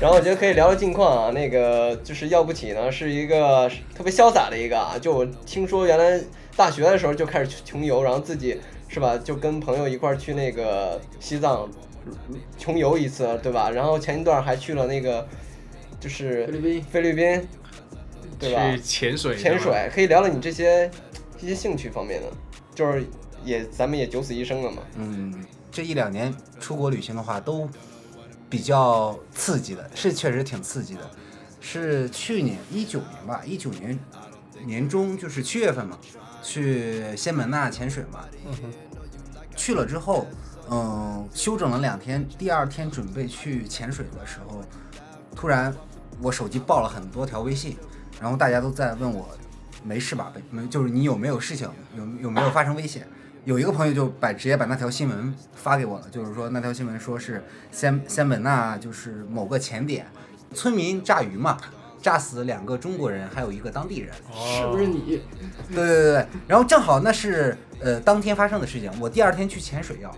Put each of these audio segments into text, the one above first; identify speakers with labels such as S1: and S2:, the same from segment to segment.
S1: 然后我觉得可以聊聊近况啊，那个就是要不起呢，是一个特别潇洒的一个啊，就我听说原来大学的时候就开始穷游，然后自己是吧，就跟朋友一块儿去那个西藏穷游一次，对吧？然后前一段还去了那个就是
S2: 菲律宾
S1: 菲律宾，对吧
S3: 去？潜水，
S1: 潜，水可以聊聊你这些一些兴趣方面的，就是也咱们也九死一生了嘛，
S4: 嗯，这一两年出国旅行的话，都比较刺激的，是确实挺刺激的。是去年一九年吧，一九年年中就是七月份嘛，去仙本那潜水嘛。去了之后，嗯，休整了两天，第二天准备去潜水的时候，突然我手机爆了很多条微信，然后大家都在问我没事吧？没就是你有没有事情？有有没有发生危险？有一个朋友就把直接把那条新闻发给我了，就是说那条新闻说是仙仙本那就是某个潜点，村民炸鱼嘛，炸死两个中国人，还有一个当地人。
S2: 是不是你？
S4: 对对对对，然后正好那是呃当天发生的事情，我第二天去潜水要，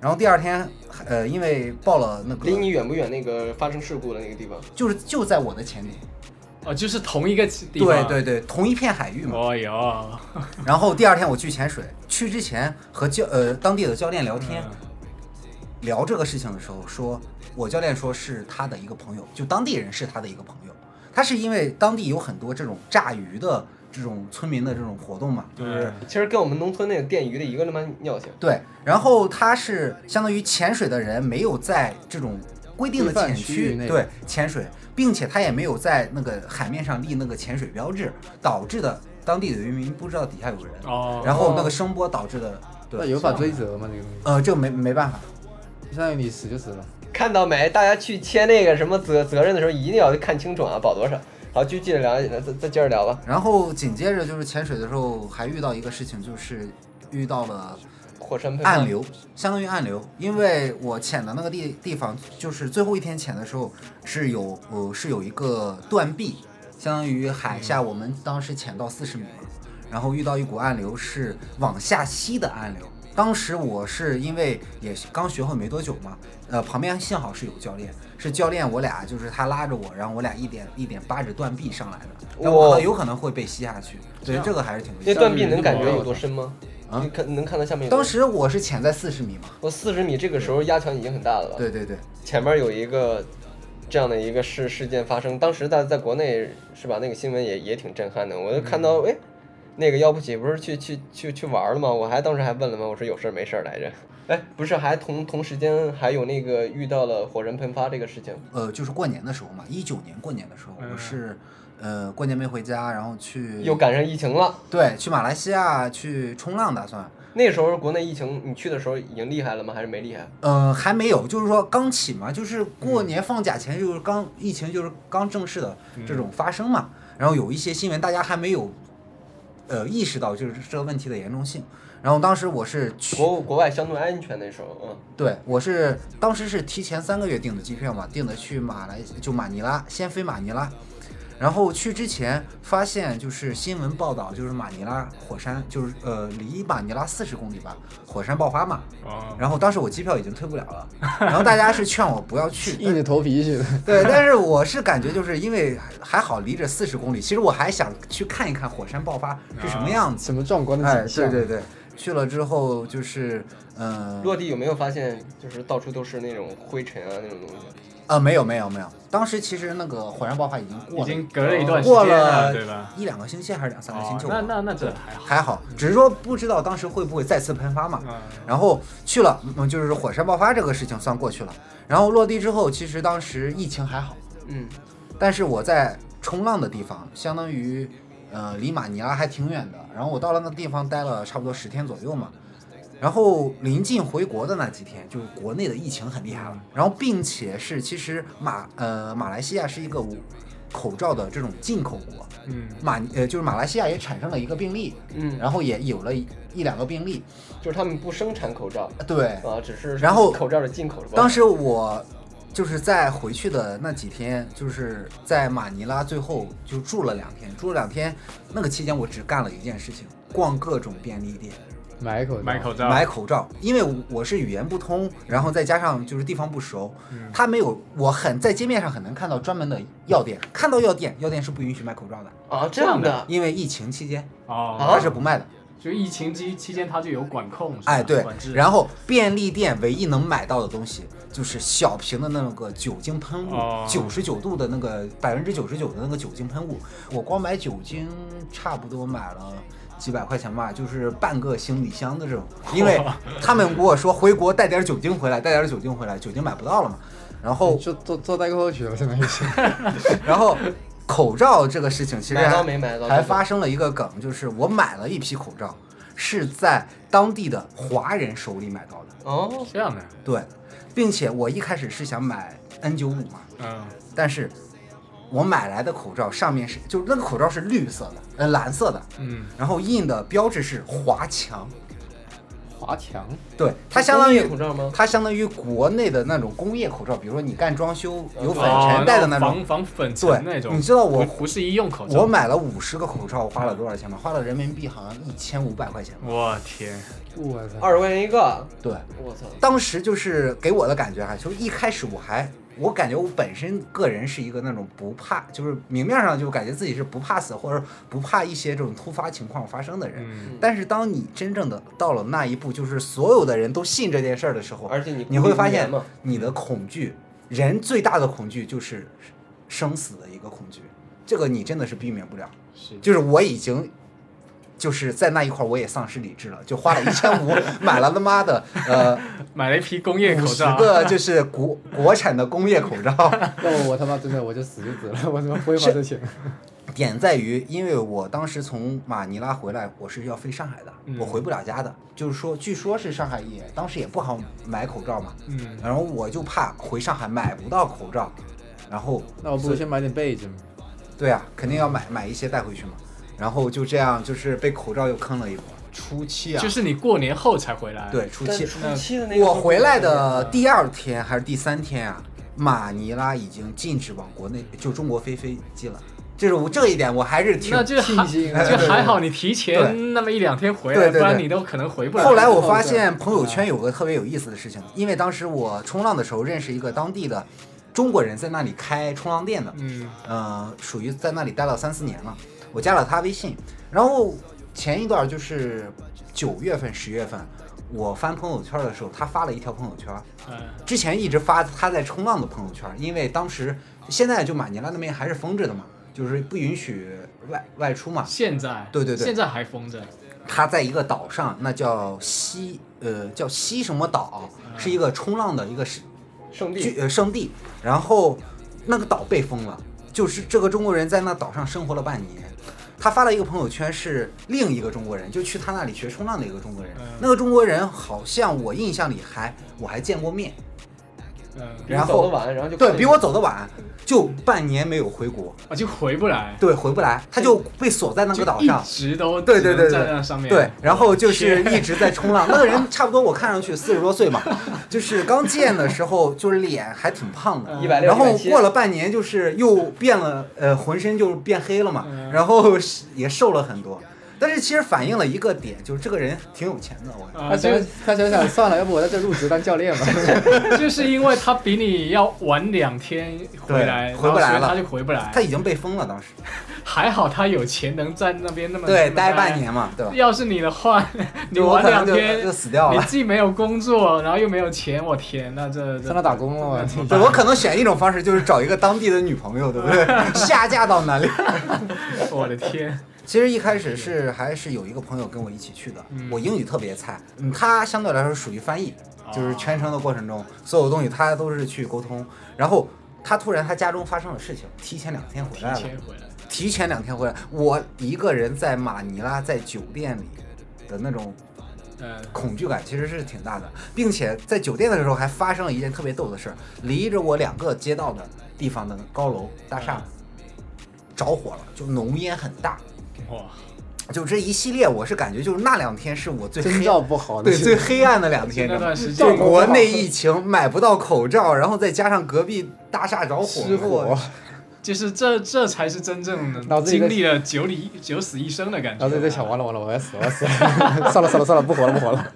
S4: 然后第二天呃因为报了那
S1: 离你
S4: 个，
S1: 远不远？那个发生事故的那个地方，
S4: 就是就在我的潜点，
S3: 哦，就是同一个地
S4: 对
S3: 方，啊
S4: 对对，同一片海域嘛。
S3: 哦哟，
S4: 然后第二天我去潜水，去之前和教呃当地的教练聊天，
S3: 嗯
S4: 聊这个事情的时候说，我教练说是他的一个朋友，就当地人是他的一个朋友。他是因为当地有很多这种炸鱼的这种村民的这种活动嘛，就是
S3: 嗯
S1: 其实跟我们农村那个电鱼的一个他妈尿性。
S4: 对。然后他是相当于潜水的人没有在这种规定的
S2: 规范
S4: 潜
S2: 区域内
S4: 对潜水，并且他也没有在那个海面上立那个潜水标志，导致的当地的渔民不知道底下有人，
S3: 哦，
S4: 然后那个声波导致的。
S2: 那
S4: 对，
S2: 有法追责吗？这个东西，
S4: 呃，这个没没办法，
S2: 相当于你死就死了。
S1: 看到没？大家去签那个什么责责任的时候，一定要看清楚啊，保多少。好，就接着聊，再再接着聊吧。
S4: 然后紧接着就是潜水的时候还遇到一个事情，就是遇到了
S1: 火山喷发
S4: 暗，流，相当于暗流，因为我潜的那个地地方，就是最后一天潜的时候是有呃是有一个断壁，相当于海下我们当时潜到四十米嘛，然后遇到一股暗流是往下吸的暗流。当时我是因为也是刚学会没多久嘛，呃，旁边幸好是有教练，是教练我俩就是他拉着我，然后我俩一点一点扒着断壁上来的，但
S1: 哇
S4: 我有可能会被吸下去，对这个还是挺危
S1: 那
S4: 险。
S1: 断臂能感觉有多深吗？
S4: 啊
S1: 你看能看到下面有多
S4: 当
S1: 深。
S4: 时我是潜在四十米嘛，
S1: 我四十米，这个时候压强已经很大了吧？
S4: 对对对。
S1: 前面有一个这样的一个事事件发生，当时在在国内是吧？那个新闻也也挺震撼的，我就看到哎。那个要不起不是去去去去玩了吗？我还当时还问了问，我说有事儿没事儿来着。哎，不是，还同同时间还有那个遇到了火山喷发这个事情，
S4: 呃，就是过年的时候嘛，一九年过年的时候，我
S3: 嗯
S4: 是呃过年没回家，然后去
S1: 又赶上疫情了。
S4: 对去马来西亚去冲浪打算，
S1: 那时候国内疫情，你去的时候已经厉害了吗？还是没厉害？
S4: 呃还没有，就是说刚起嘛，就是过年放假前就是刚疫情就是刚正式的这种发生嘛，然后有一些新闻大家还没有呃意识到就是这个问题的严重性，然后当时我是去
S1: 国国外相对安全那时候，嗯，
S4: 对，我是当时是提前三个月订的机票嘛，订的去马来就马尼拉，先飞马尼拉，然后去之前发现就是新闻报道，就是马尼拉火山，就是呃离马尼拉四十公里吧，火山爆发嘛。
S3: 哦，
S4: 然后当时我机票已经退不了了，然后大家是劝我不要去，
S2: 硬着头皮去的。
S4: 对，但是我是感觉就是因为还好离这四十公里，其实我还想去看一看火山爆发是什么样子。
S2: 什么壮观的
S4: 哎，
S2: 景
S4: 对
S2: 象？
S4: 对对，去了之后就是嗯。
S1: 落地有没有发现就是到处都是那种灰尘啊那种东西？
S4: 啊，没有没有没有，当时其实那个火山爆发已经过
S3: 已
S4: 了，
S3: 经隔了一段时
S4: 过
S3: 间了，
S4: 了
S3: 对吧？
S4: 一两个星期还是两三个星
S3: 哦
S4: 期，，
S3: 那
S4: 我
S3: 那那这还好，
S4: 还好，只是说不知道当时会不会再次喷发嘛。
S3: 嗯，
S4: 然后去了，嗯，就是火山爆发这个事情算过去了。然后落地之后，其实当时疫情还好，
S1: 嗯，
S4: 但是我在冲浪的地方，相当于呃离马尼拉还挺远的。然后我到了那地方待了差不多十天左右嘛。然后临近回国的那几天，就是国内的疫情很厉害了。然后并且是其实马呃马来西亚是一个无口罩的这种进口国，
S3: 嗯，
S4: 马呃就是马来西亚也产生了一个病例，
S1: 嗯
S4: 然后也有了一一两个病例。
S1: 就是他们不生产口罩
S4: 对，
S1: 啊，只是
S4: 然后
S1: 口罩的进口是吧？
S4: 当时我就是在回去的那几天，就是在马尼拉最后就住了两天，住了两天，那个期间我只干了一件事情，逛各种便利店，
S2: 买一口，
S3: 买口罩，
S4: 买口罩，因为我是语言不通，然后再加上就是地方不熟，
S3: 嗯
S4: 他没有，我很在街面上很能看到专门的药店，看到药店，药店是不允许卖口罩的，
S1: 啊，这样的
S4: 因为疫情期间
S1: 啊
S4: 它
S3: 哦，
S4: 是不卖的。
S3: 就疫情期期间它就有管控，是吧
S4: 哎，对
S3: 管，制，
S4: 然后便利店唯一能买到的东西就是小瓶的那个酒精喷雾
S3: 哦，
S4: 九十九度的那个百分之九十九的那个酒精喷雾，我光买酒精差不多买了。几百块钱吧，就是半个行李箱的 这种，因为他们跟我说回国带点酒精回来，带点酒精回来，酒精买不到了嘛。然后，
S2: 就做做代购去了，相当于是。
S4: 然后口罩这个事情其实
S1: 买到
S4: 还
S1: 没买到？
S4: 还发生了一个梗，就是我买了一批口罩，是在当地的华人手里买到的。
S1: 哦，
S3: 这样的，
S4: 对，并且我一开始是想买 N95 嘛，
S3: 嗯，
S4: 但是我买来的口罩上面是，就是那个口罩是绿色的，呃，蓝色的，
S3: 嗯，
S4: 然后印的标志是华强，
S2: 华强，
S4: 对，它相当
S1: 是
S4: 于
S1: 工业口罩吗？
S4: 它相当于国内的那种工业口罩，比如说你干装修有粉
S3: 哦
S4: 尘带的那种，
S3: 防防粉尘那
S4: 对，
S3: 种
S4: 你，知道
S3: 不
S4: 我
S3: 不是医用口罩，
S4: 我买了五十个口罩，我花了多少钱吗？花了人民币好像一千五百块钱吧，
S3: 我天，
S2: 我操，
S1: 二十块钱一个，
S4: 对。
S1: 我操！
S4: 当时就是给我的感觉哈，就是一开始我还，我感觉我本身个人是一个那种不怕，就是明面上就感觉自己是不怕死或者不怕一些这种突发情况发生的人。
S3: 嗯，
S4: 但是当你真正的到了那一步，就是所有的人都信这件事儿的时候，
S1: 而且你
S4: 你会发
S1: 孤立无
S4: 现
S1: 援嘛，
S4: 你的恐惧，人最大的恐惧就是生死的一个恐惧，这个你真的是避免不了。
S3: 是
S4: 就是我已经。就是在那一块儿，我也丧失理智了，就花了一 千五买了他妈的呃
S3: 买了一批工业口
S4: 五十
S3: 罩，
S4: 个就是国国产的工业口罩。
S2: 要不我他妈真的我就死就死了，我他妈不会花这钱。
S4: 点在于，因为我当时从马尼拉回来，我是要飞上海的，
S3: 嗯
S4: 我回不了家的。就是说，据说是上海也当时也不好买口罩嘛，
S3: 嗯，
S4: 然后我就怕回上海买不到口罩，然后
S2: 那我不如先买点被子嘛。
S4: 对啊，肯定要买买一些带回去嘛。然后就这样，就是被口罩又坑了一波。初期啊，
S3: 就是你过年后才回来，，
S4: 对初
S1: 但
S4: 期，
S1: 初期的那个
S4: 我回来的第二天还是第三天啊，马尼拉已经禁止往国内就中国飞飞机了。这是我这一点我还是挺
S3: 那。就
S2: 庆
S3: 还
S2: 幸
S3: 就还好，你提
S4: 对
S3: 前那么一两天回
S4: 对
S3: 来，
S4: 对对
S3: 不然你都可能回不来。
S4: 后来我发现朋友
S3: 嗯
S4: 圈有个特别有意思的事情，因为当时我冲浪的时候认识一个当地的中国人，在那里开冲浪店的，
S3: 嗯，
S4: 呃，属于在那里待了三四年了。我加了他微信，然后前一段就是九月份、十月份，我翻朋友圈的时候，他发了一条朋友圈，
S3: 嗯
S4: 之前一直发他在冲浪的朋友圈，因为当时现在就马尼拉那边还是封着的嘛，就是不允许外外出嘛。
S3: 现在
S4: 对对对
S3: 现在还封着，
S4: 他在一个岛上，那叫西呃叫西什么岛，是一个冲浪的一个是
S1: 圣地
S4: 据呃圣地，然后那个岛被封了，就是这个中国人在那岛上生活了半年。他发了一个朋友圈，是另一个中国人，就去他那里学冲浪的一个中国人
S3: 嗯。
S4: 那个中国人好像我印象里还我还见过面，
S3: 嗯，
S1: 比你
S4: 然后
S1: 走得晚，然后就
S4: 对比我走得晚，就半年没有回国，
S3: 啊就回不来，
S4: 对，回不来，他就被锁在那
S3: 就
S4: 个岛
S3: 一
S4: 上，
S3: 直都
S4: 对对对
S3: 只能
S4: 对
S3: 站在上面，
S4: 对，然后就是一直在冲浪。那个人差不多我看上去四十多岁嘛， 就是刚见的时候就是脸还挺胖的，
S1: 一百六
S4: 然后
S1: 十
S4: 过了半年就是又变了，呃，浑身就变黑了嘛，然后是也瘦了很多。但是其实反映了一个点，就是这个人挺有钱的，我感觉。
S3: 啊
S2: 他想
S3: 就
S2: 他想想算了，要不我在这入职当教练吧。
S3: 就是因为他比你要晚两天回来，
S4: 对回不来
S3: 然
S4: 了
S3: 后所以他就回不来
S4: 他。已经被封了，当时
S3: 还好他有钱能在那边那么
S4: 对
S3: 那么
S4: 待半年嘛，对吧？
S3: 要是你的话， 你
S4: 我
S3: 晚
S4: 可能
S3: 两
S4: 就
S3: 天
S4: 就，死掉
S3: 你
S4: 了。
S3: 既没有工作，然后又没有钱，我天，那这
S2: 上他打工了嘛？
S4: 对，我可能选一种方式，就是找一个当地的女朋友，对 不对？下嫁到南梁。
S3: 我的天，
S4: 其实一开始是还是有一个朋友跟我一起去的，
S3: 嗯
S4: 我英语特别菜，嗯，他相对来说属于翻译，就是全程的过程
S3: 哦
S4: 中，所有东西他都是去沟通。然后他突然他家中发生了事情，提前两天回
S3: 提
S4: 来了，
S3: 前回来，
S4: 提前两天回来，我一个人在马尼拉在酒店里的那种
S3: 嗯，
S4: 恐惧感其实是挺大的，并且在酒店的时候还发生了一件特别逗的事儿，离着我两个街道的地方的高楼大厦着火了，就浓烟很大，
S3: 哇，
S4: 就这一系列，我是感觉就是那两天是我最
S2: 征
S4: 黑
S2: 兆不好的
S4: 对
S2: 是吧，
S4: 最黑暗的两天，
S3: 那段时
S4: 就
S3: 间
S4: 是国内疫情买不到口罩，然后再加上隔壁大厦着火，
S2: 失火
S4: 我，
S3: 就是这这才是真正
S2: 脑
S3: 的
S2: 子里在
S3: 经历了九里九死一生的感觉。
S2: 然
S3: 啊
S2: 后自己在想，完了完了，我要死，我要死，算了算了算了，不活了不活了。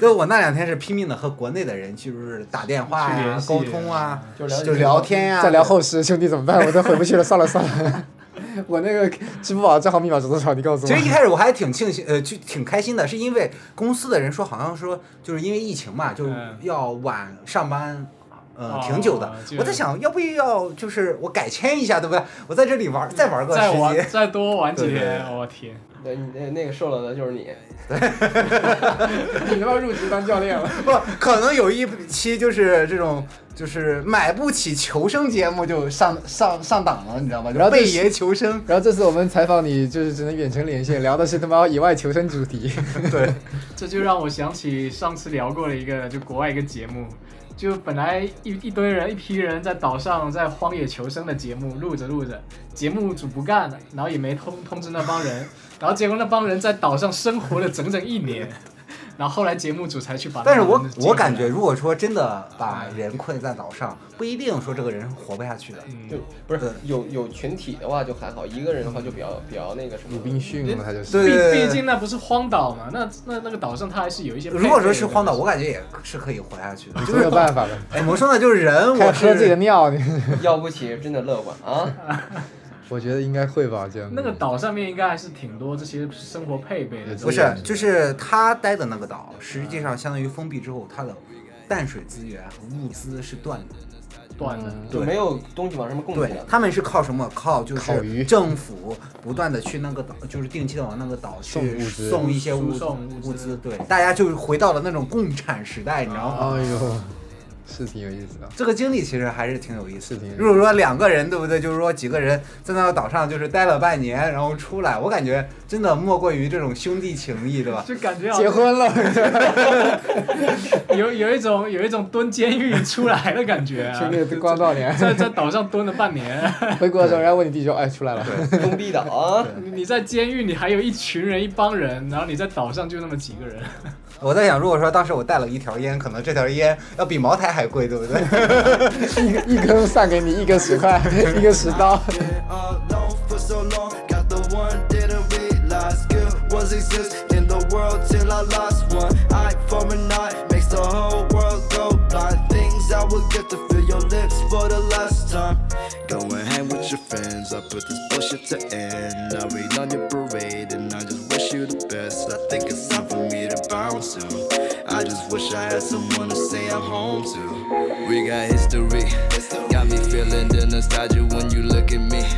S4: 就我那两天是拼命的和国内的人就是打电话
S3: 去
S4: 呀、
S3: 联系
S4: 沟通啊，
S1: 就聊
S4: 就聊天呀、
S2: 再聊后事，兄弟怎么办？我都回不去了，算了算了。 我那个支付宝账号密码是多少？你告诉
S4: 其
S2: 我
S4: 实。一开始我还挺庆幸，呃，就挺开心的，是因为公司的人说好像说就是因为疫情嘛，就是
S3: 嗯
S4: 要晚上班，呃
S3: 哦，
S4: 挺久的
S3: 就。
S4: 我在想，要不要就是我改签一下，对不对？我在这里玩，再玩个
S3: 再
S4: 十
S3: 玩
S4: 级，
S3: 再多玩几
S4: 对对
S3: 天，
S4: 对
S3: 我天，
S1: 对，你那那个瘦了的就是你，
S2: 你他妈入职当教练了？
S4: 不可能有一期就是这种就是买不起求生节目就上上上档了，你知道吧？
S2: 然
S4: 就
S2: 后这
S4: 贝
S2: 是
S4: 爷求 生，
S2: 然后这次我们采访你，就是只能远程连线，聊的是他妈野外求生主题。
S4: 对，
S3: 这就让我想起上次聊过的一个，就国外一个节目，就本来一一堆人一批人在岛上在荒野求生的节目录着录着，节目组不干了，然后也没通通知那帮人， 然后结果那帮人在岛上生活了整整一年，然后后来节目组才去哎把那
S4: 但是
S3: 帮人
S4: 我
S3: 接回来。
S4: 我感觉，如果说真的把人困在岛上，不一定说这个人活不下去的。
S1: 就
S3: 嗯，
S1: 不是
S4: 对
S1: 有有群体的话就还好，一个人的话就比较比较那个什么。
S2: 鲁滨逊嘛，他就是。
S4: 对
S3: 毕
S4: 对对
S3: 毕竟那不是荒岛嘛，那那那个岛上它还是有一些配备的。
S4: 如果说是荒岛，我感觉也是可以活 下去的。就
S2: 没有
S4: 是
S2: 办法了，
S4: 怎么说呢，就是人
S2: 还
S4: 我
S2: 喝自己的
S4: 是
S2: 尿，你
S1: 要不起真的乐观啊！
S2: 我觉得应该会吧，这样。嗯
S3: 那个岛上面应该还是挺多这些生活配备的。
S4: 不是就是他待的那个岛，实际上相当于封闭之后，它的淡水资源和物资是断的。
S3: 断了，
S1: 就
S4: 对
S1: 没有东西往上面供出
S4: 对
S1: 来，。
S4: 他们是靠什么？靠就
S2: 烤鱼
S4: 是政府不断的去那个岛，就是定期的往那个岛
S2: 送物
S4: 去
S2: 资
S4: 送一些物
S3: 输送物资
S4: 物资。对，大家就是回到了那种共产时代，你知道吗？
S2: 哎呦，是挺有意思的。
S4: 这个经历其实还是挺有意思
S2: 是挺有意
S4: 的。
S2: 思
S4: 如果说两个人，对不对？就是说几个人在那个岛上就是待了半年，然后出来，我感觉真的莫过于这种兄弟情谊，对吧？
S3: 就感觉好
S2: 结
S3: 像
S2: 婚了，
S3: 有有一种有一种蹲监 狱出来的感觉啊
S2: 兄！弟关多少年？
S3: 在在岛上蹲了半年，
S2: 回国的时候，人家问你弟兄，哎，出来了。
S1: 封闭岛啊，
S3: 你你在监狱你还有一群人一帮人，然后你在岛上就那么几个人，
S4: 我在想，如果说当时我带了一条烟，可能这条烟要比茅台还贵，对不对？
S2: 一一根算给你一根十块，一根十刀。
S5: been all alone for so long. Got the one didn't realize good ones exist in the world till I lost one. Eye for an eye makes the whole world go blind. Things I will get to feel your lips for the last time. Go and hang with your friends. I put this bullshit to end. I read on your parade and I just wish you the best. I think it's time for me to bounce soon. I just wish I had someone to say I'm home to. We got history. Got me feeling the nostalgia when you look at me.